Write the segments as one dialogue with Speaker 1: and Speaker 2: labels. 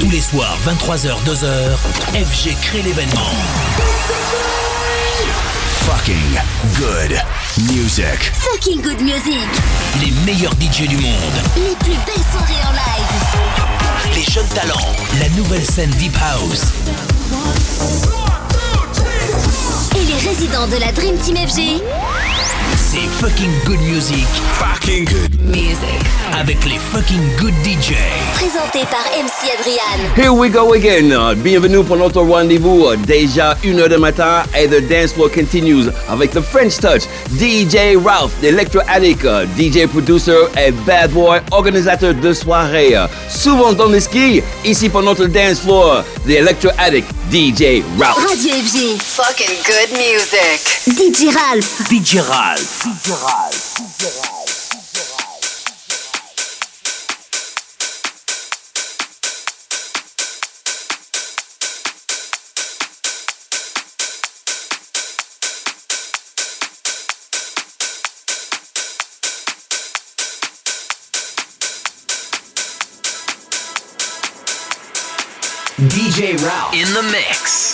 Speaker 1: Tous les soirs, 23h, 2h, FG crée l'événement.
Speaker 2: Fucking good music.
Speaker 3: Fucking good music.
Speaker 1: Les meilleurs DJ du monde.
Speaker 3: Les plus belles soirées en live.
Speaker 1: Les jeunes talents. La nouvelle scène Deep House.
Speaker 3: Et les résidents de la Dream Team FG.
Speaker 1: C'est fucking good music.
Speaker 2: Fucking good
Speaker 3: music.
Speaker 1: Avec les fucking good DJ.
Speaker 3: Présenté par MC Adrian.
Speaker 4: Here we go again. Bienvenue pour notre rendez-vous. Déjà 1h du matin et the dance floor continues avec The French Touch, DJ Ralph d'Electro Attic, DJ producer et bad boy organisateur de soirée. Souvent dans les skis, ici pour notre dance floor, The Electro Attic, DJ Ralph.
Speaker 3: Radio FG.
Speaker 5: Fucking good music.
Speaker 3: DJ Ralph.
Speaker 1: DJ Ralph.
Speaker 2: DJ Ralph. DJ Ralph.
Speaker 1: DJ Ralph in the mix.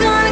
Speaker 6: Your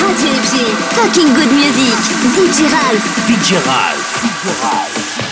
Speaker 3: Talking Good Music, DJ Ralph.
Speaker 1: DJ Ralph.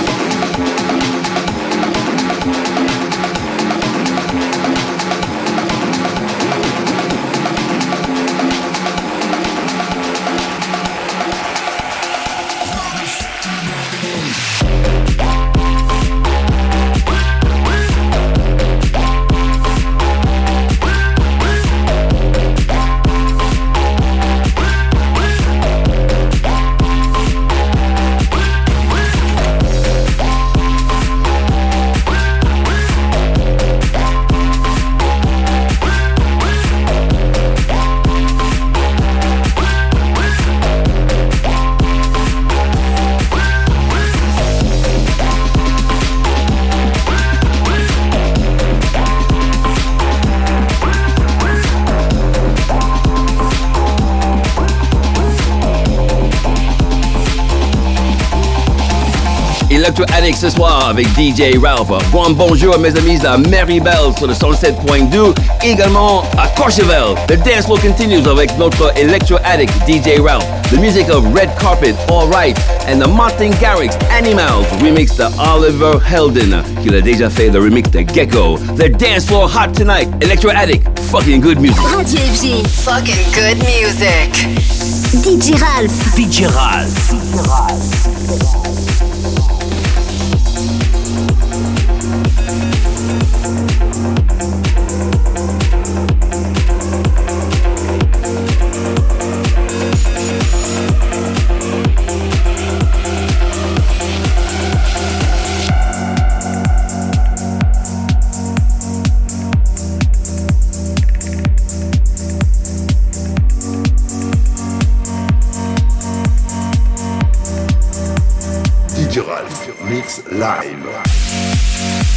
Speaker 6: Live
Speaker 4: Electro Addict ce soir avec DJ Ralph. Bon bonjour à mes amis à Mary Bell sur le 107.2. Également à Courchevel. The dance will continues avec notre Electro Addict DJ Ralph. The music of Red Carpet, All Right, and the Martin Garrix Animals remix de Oliver Heldon, qu'il a déjà fait le remix de Gecko. The dance floor hot tonight. Electro Addict, fucking good music.
Speaker 3: Radio FG,
Speaker 5: Fucking good music.
Speaker 3: DJ Ralph.
Speaker 1: DJ Ralph.
Speaker 6: DJ Ralph Mix Live.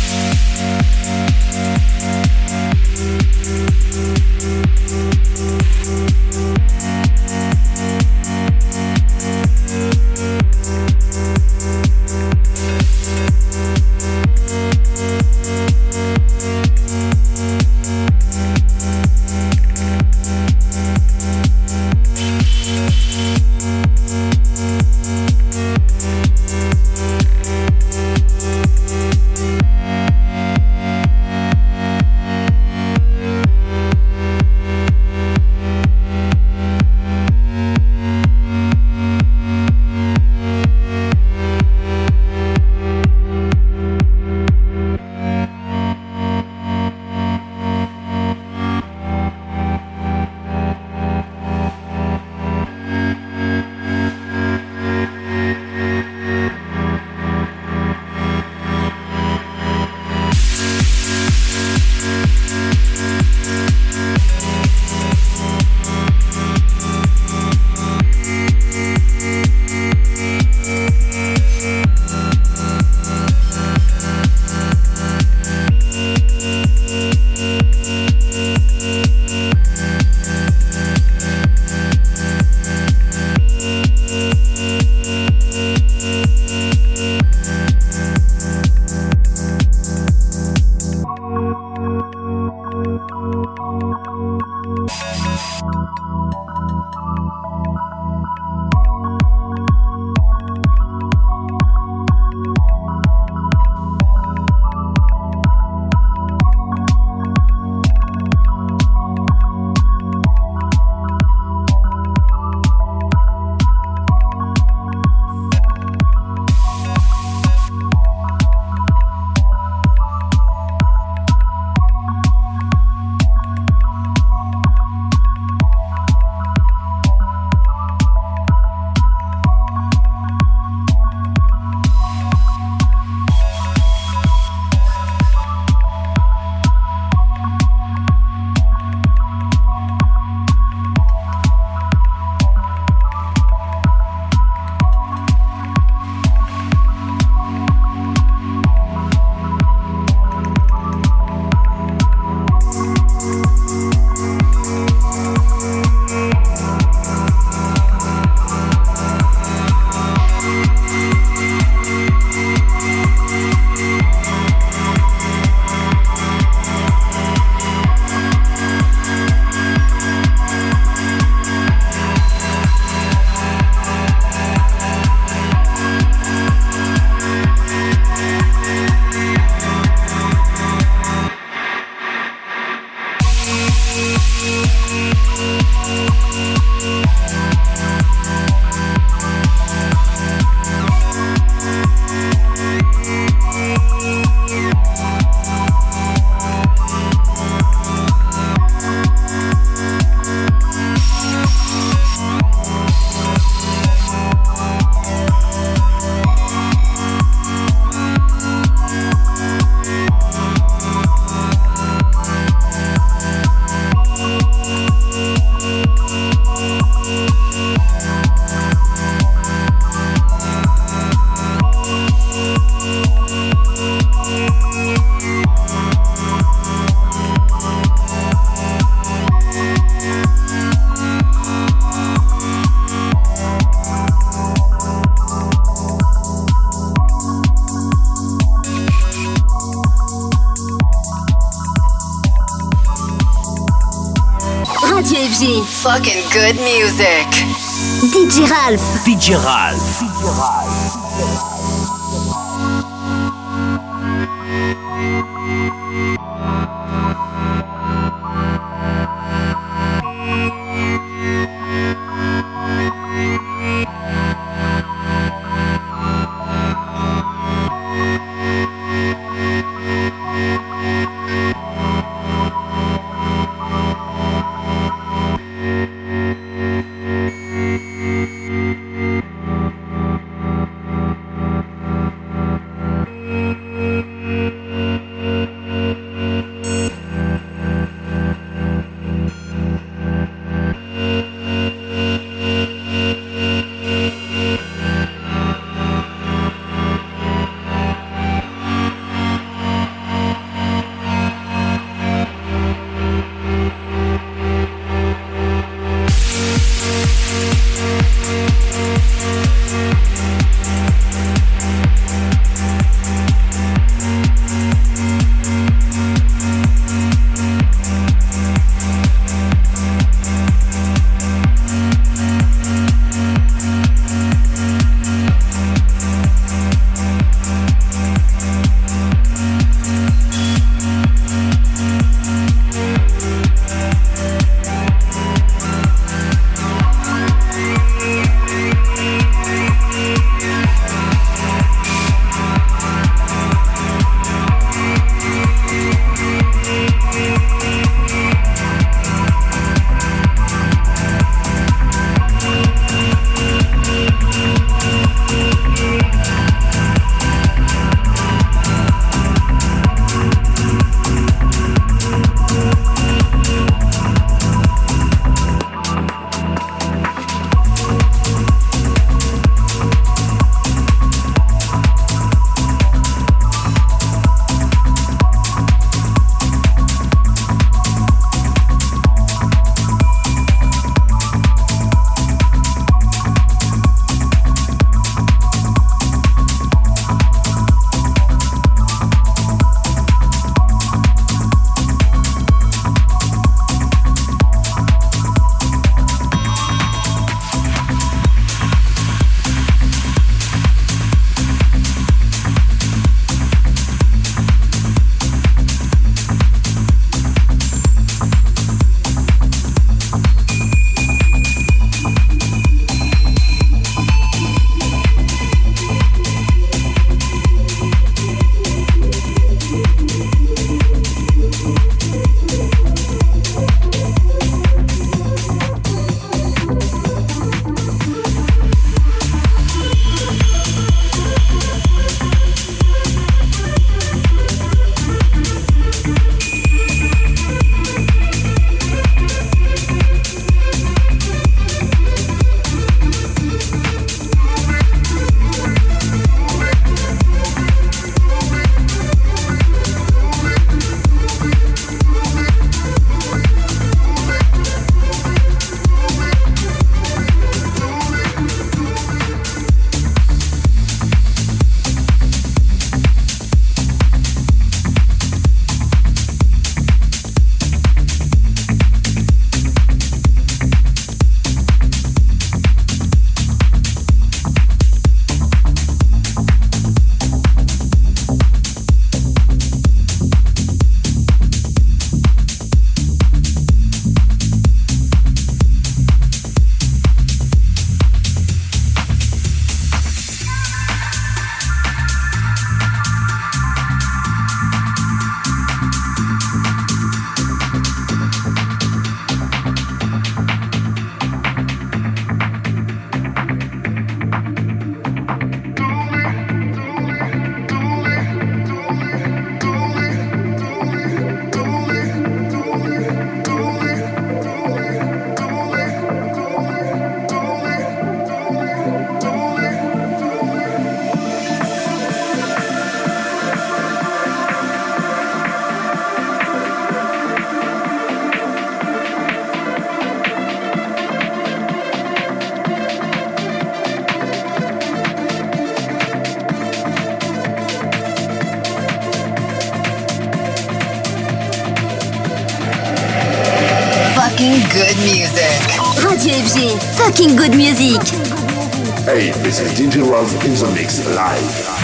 Speaker 3: FG.
Speaker 5: Fucking good music.
Speaker 3: DJ Ralph.
Speaker 1: DJ Ralph.
Speaker 7: Thank
Speaker 5: good music.
Speaker 3: Radio FG, fucking good music.
Speaker 2: Hey, this is DJ Ralph in the mix live.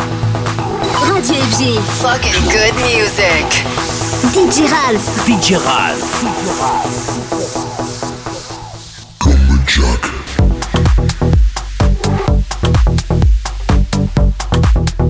Speaker 3: Radio FG,
Speaker 5: Fucking good music.
Speaker 3: DJ Ralph.
Speaker 1: DJ Ralph.
Speaker 2: Come and check.
Speaker 8: Come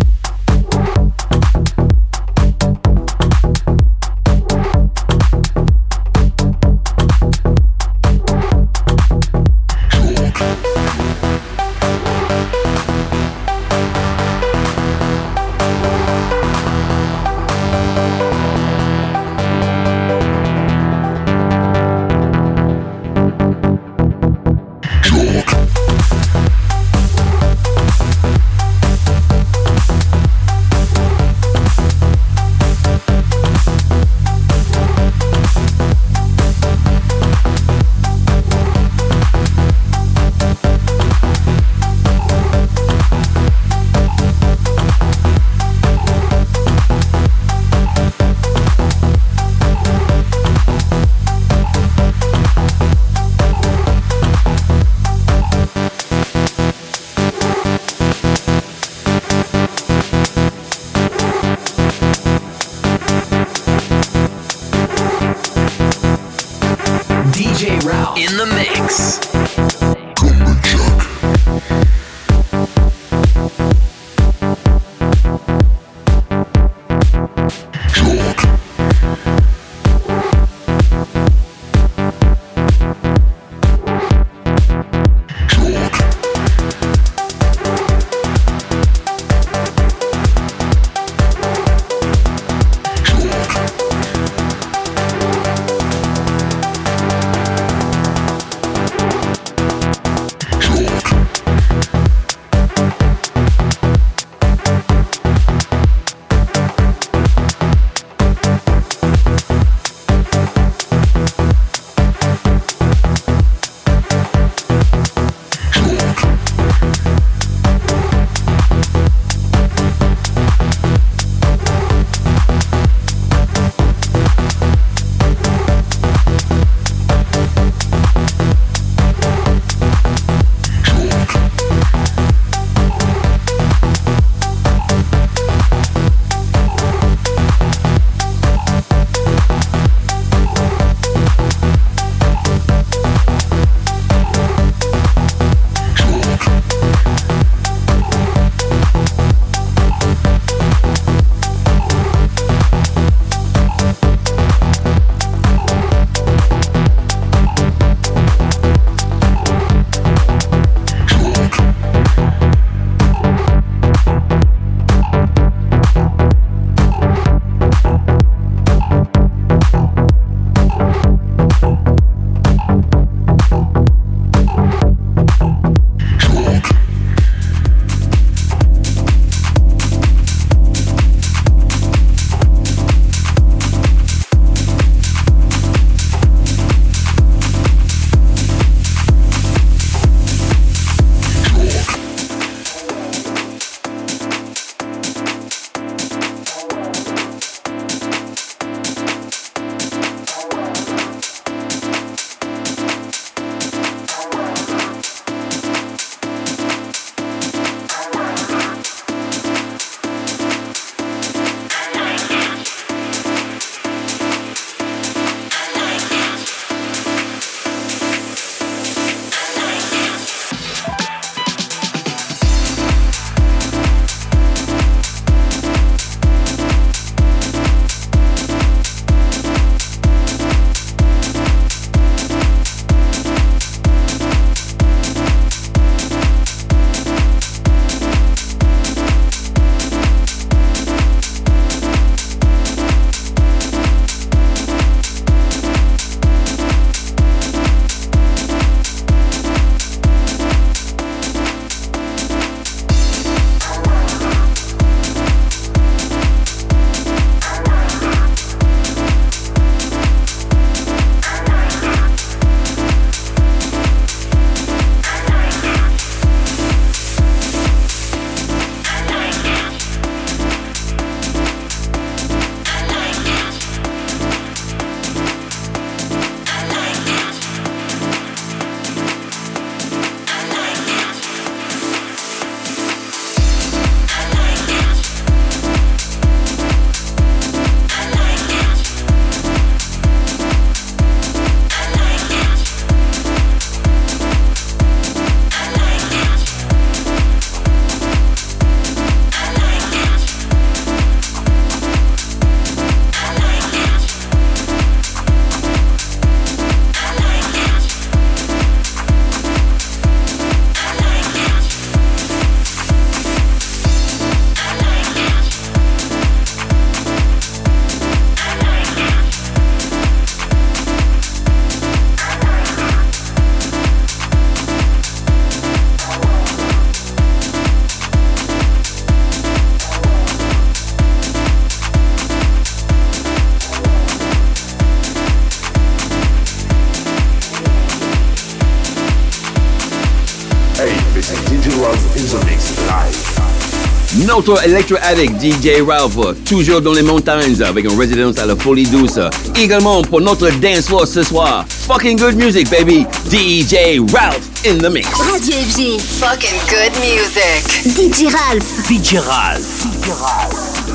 Speaker 2: Hey, this is DJ Ralph in the mix live.
Speaker 4: Notre Electro Addict DJ Ralph, toujours dans les montagnes avec une résidence à la folie douce. Également pour notre dance floor ce soir, fucking good music baby, DJ Ralph in the mix.
Speaker 3: Radio FG.
Speaker 5: Fucking good music.
Speaker 3: DJ Ralph.
Speaker 9: DJ Ralph.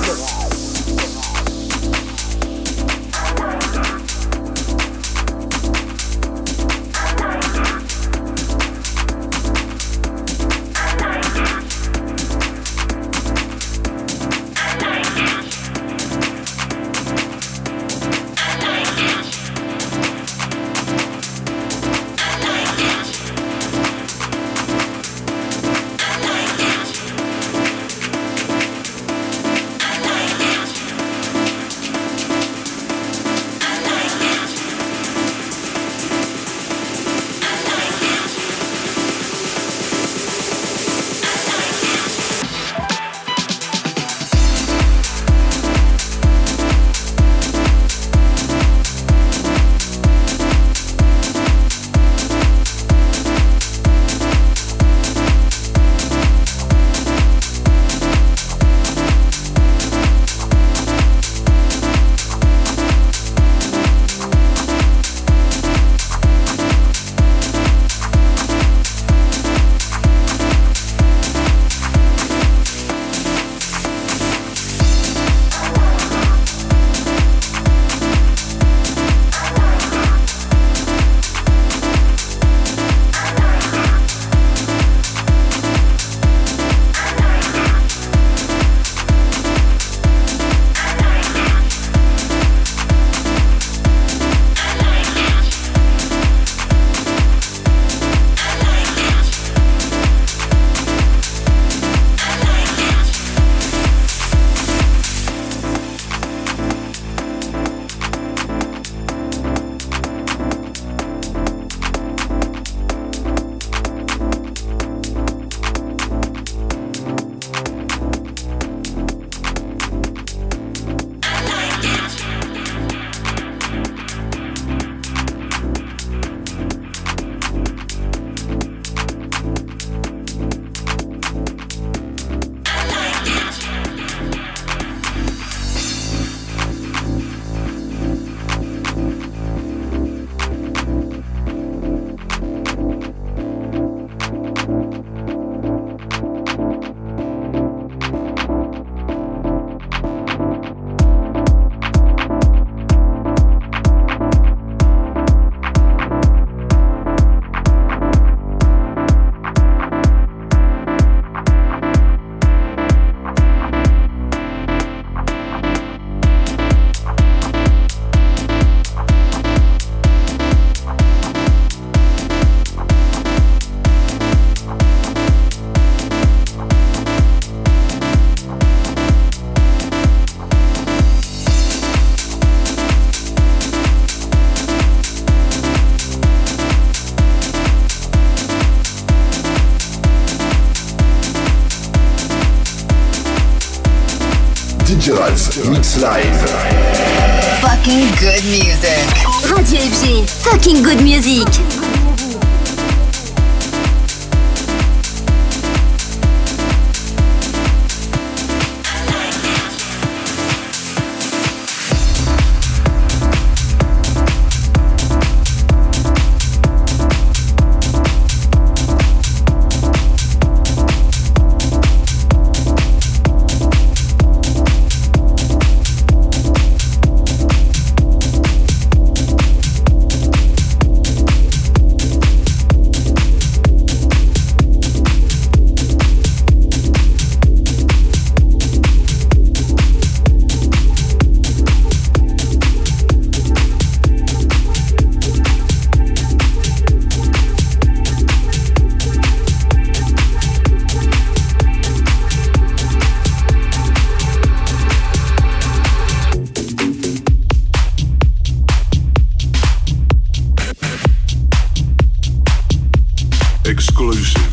Speaker 2: DJ Ralph Mix Live.
Speaker 5: Fucking good music.
Speaker 3: Radio FG. Fucking good music.
Speaker 10: exclusive.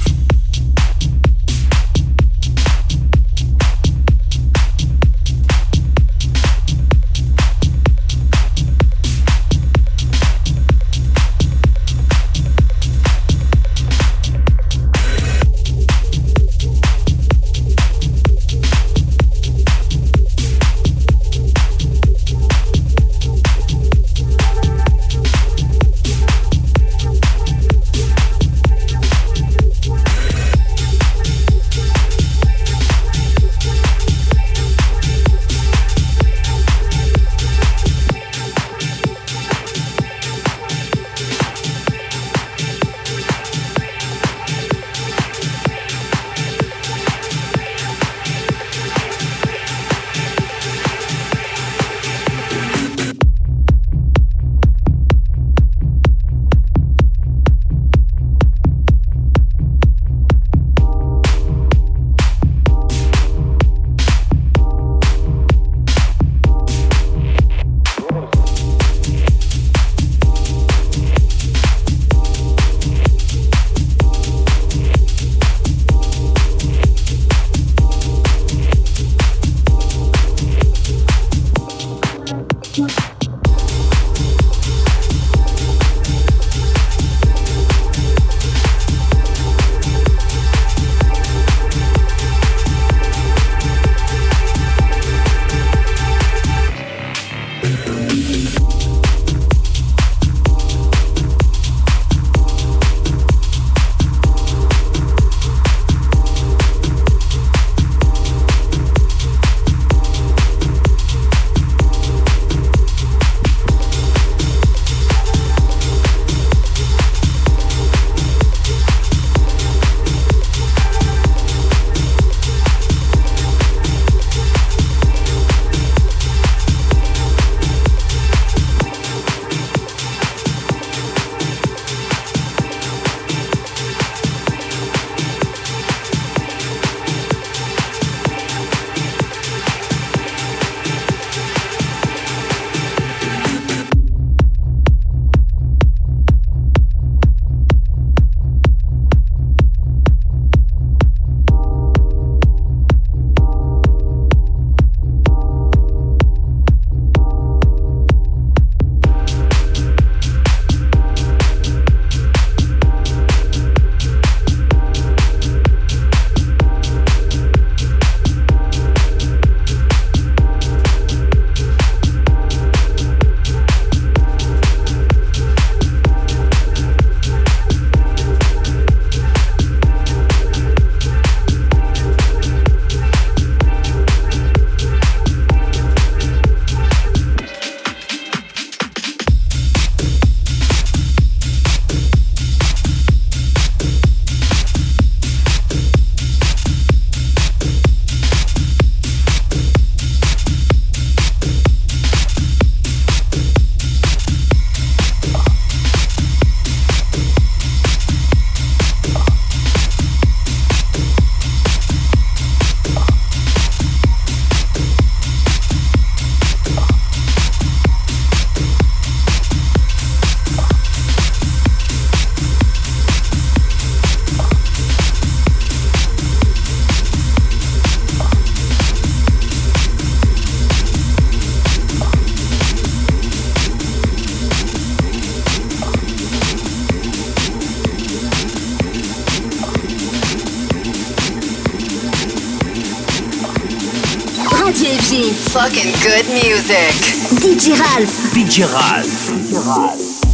Speaker 3: Radio FG.
Speaker 5: Fucking good music.
Speaker 3: DJ Ralph.
Speaker 1: DJ Ralph.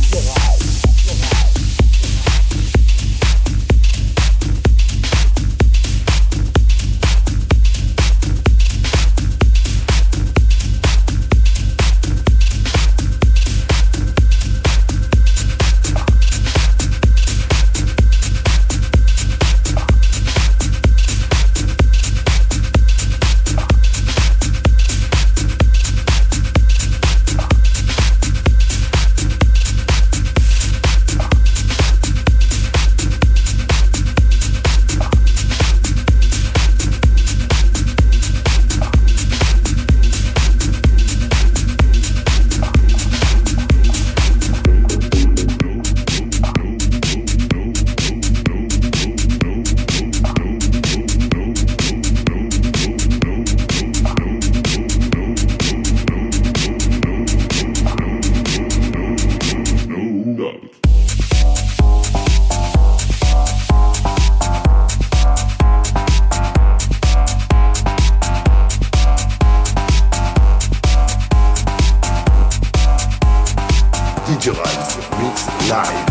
Speaker 2: DJ Live Mix Live.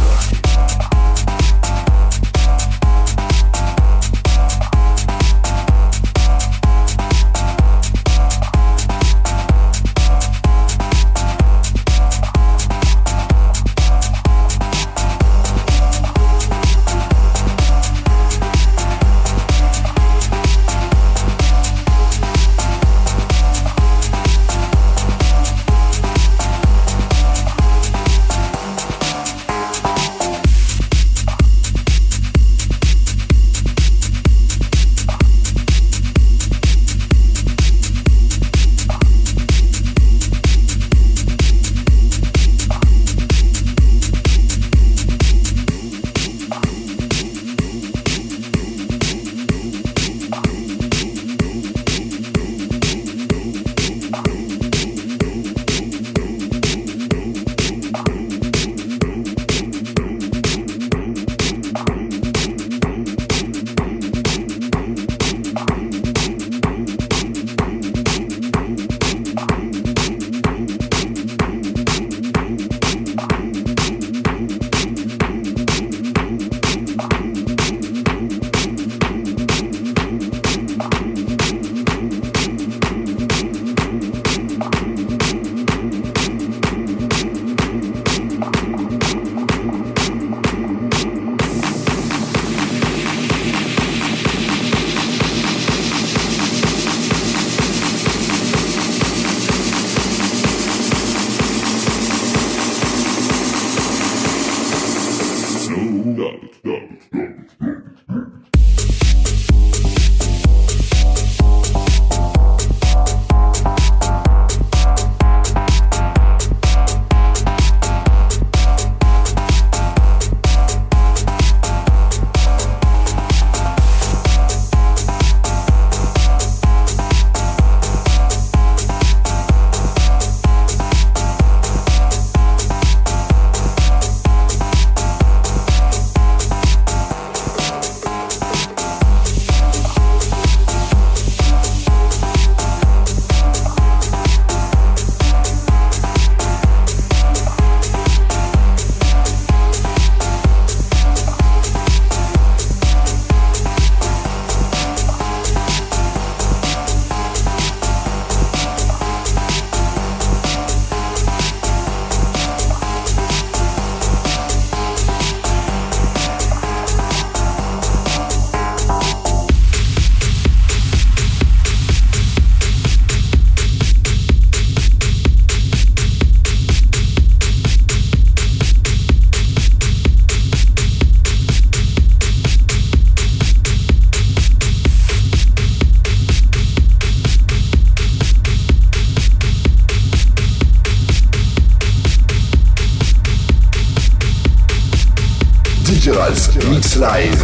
Speaker 2: DJ Live Mix Live.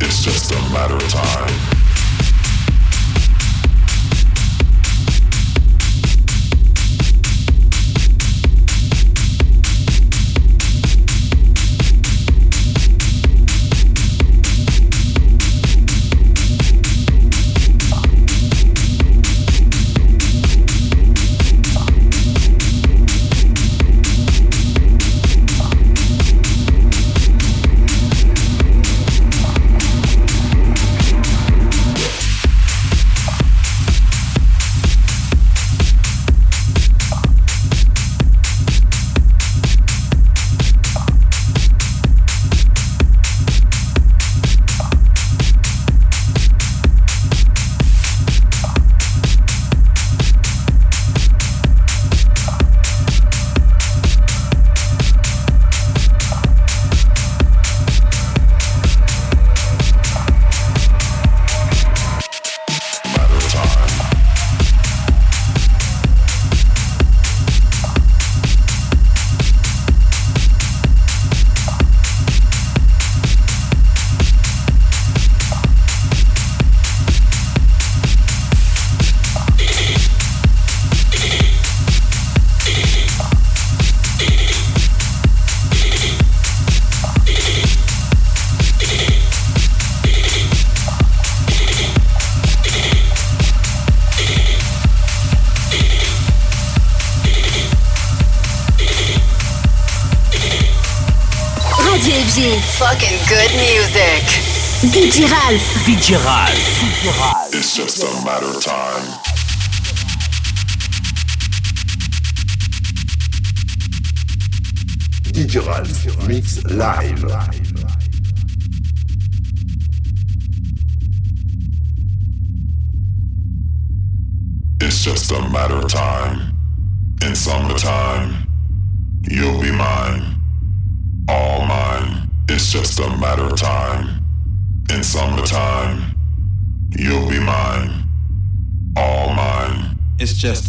Speaker 2: It's just a matter of time.
Speaker 5: Fucking good music.
Speaker 3: DJ Ralph.
Speaker 1: DJ Ralph.
Speaker 2: It's just a matter of time. DJ Ralph mix live. It's just a matter of time. In summertime, you'll be mine. All mine. It's just a matter of time. In summertime, you'll be mine. All mine.
Speaker 7: It's just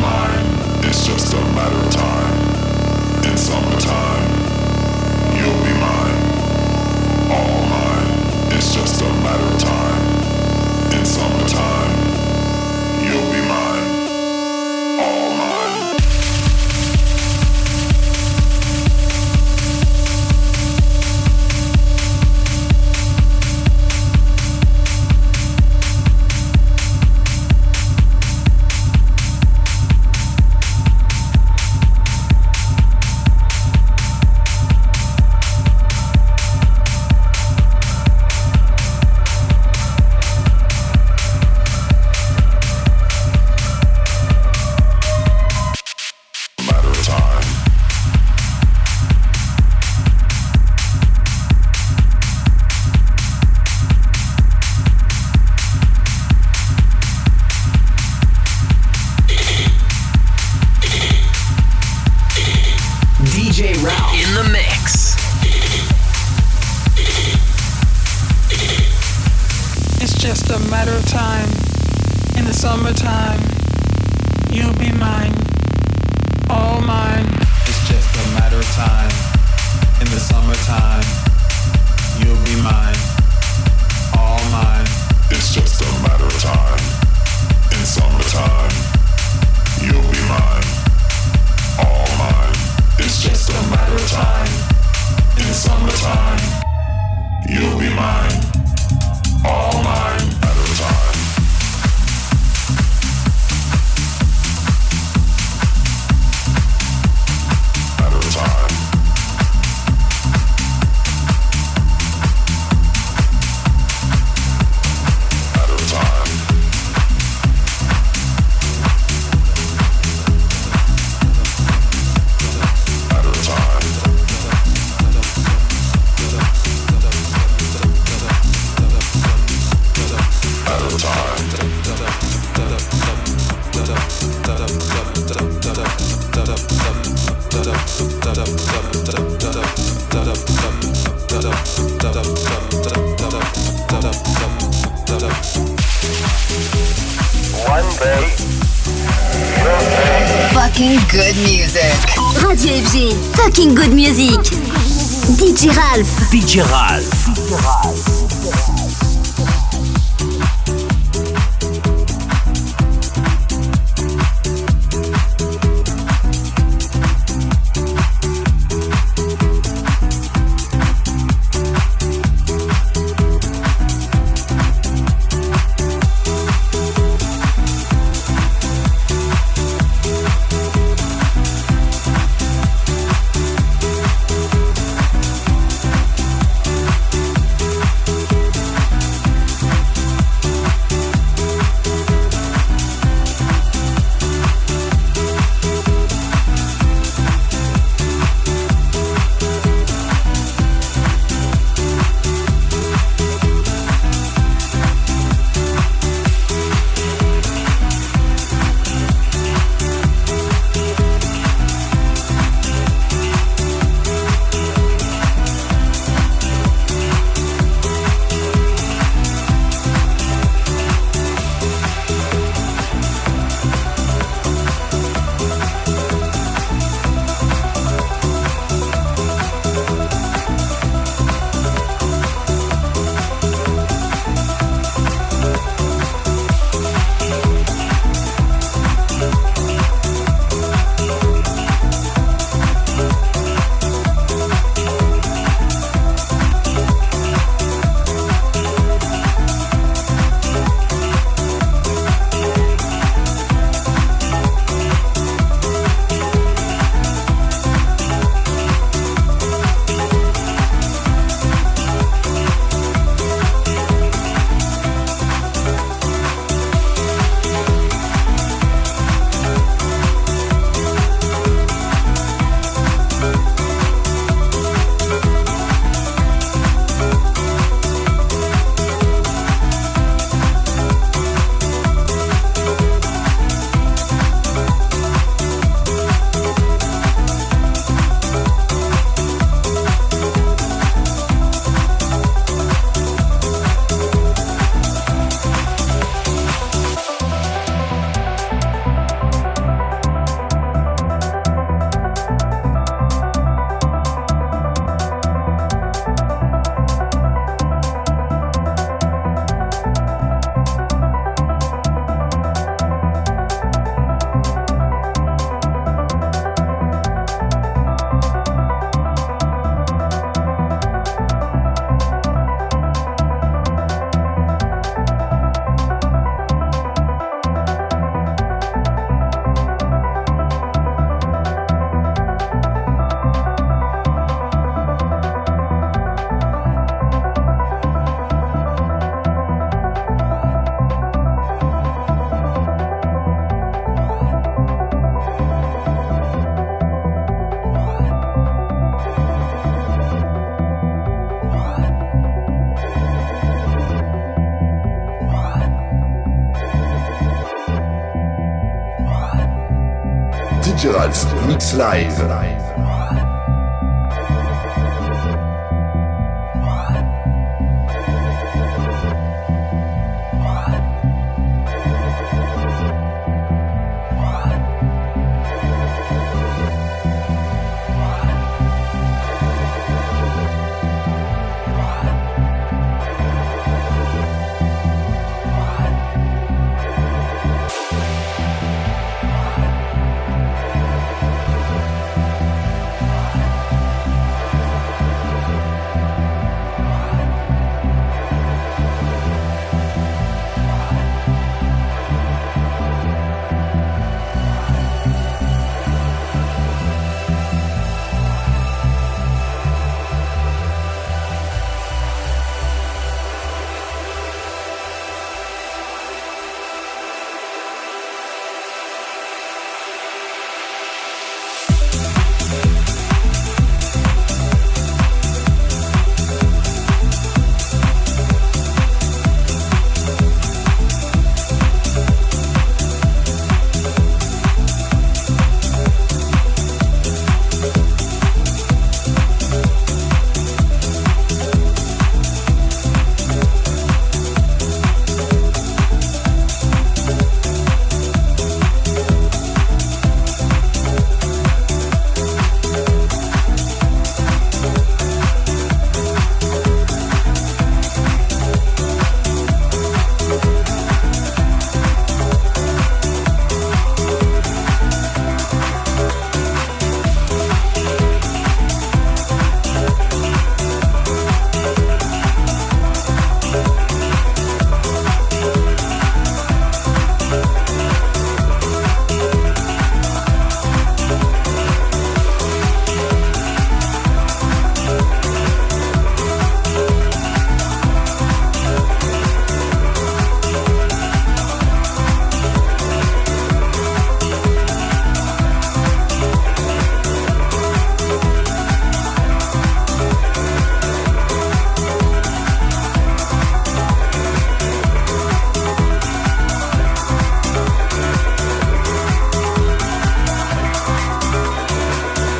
Speaker 2: mine. It's just a matter of time. In summertime, you'll be mine. All mine. It's just a matter of time. In summertime, you'll be mine. All mine. matter of time.
Speaker 1: DJ Ralph.
Speaker 11: In the mix.
Speaker 12: It's just a matter of time. In the summertime, you'll be mine. All mine.
Speaker 7: It's just a matter of time. In the summertime, you'll be mine. All mine.
Speaker 2: It's just a matter of time. In summertime, you'll be mine. All mine. It's just a matter of time. In summertime, you'll be mine. All mine. Matter of time. Matter of time. Matter of time. Matter of time. Matter of time.
Speaker 5: Fucking good music.
Speaker 3: Radio FG. Fucking good music. DJ Ralph.
Speaker 1: DJ Ralph.
Speaker 13: It's
Speaker 2: Digirats Mix Live.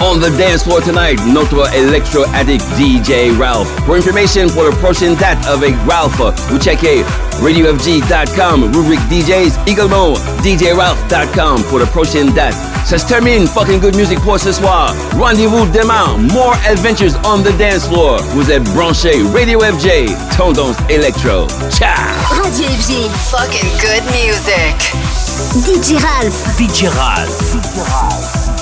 Speaker 4: On the dance floor tonight, notable electro addict DJ Ralph. For information for approaching that of a Ralph, vous checkez radiofg.com, rubrique DJs, également djralph.com pour approaching that. Ça se termine, fucking good music pour ce soir. Rendez-vous demain, more adventures on the dance floor. Vous êtes branchés, Radio FJ, tendance électro. Ciao!
Speaker 3: Radio FG.
Speaker 5: Fucking good music.
Speaker 3: DJ Ralph.
Speaker 1: DJ Ralph.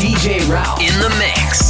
Speaker 14: DJ Ralph.
Speaker 5: In the mix.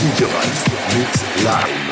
Speaker 2: DJ Ralph Mix Live.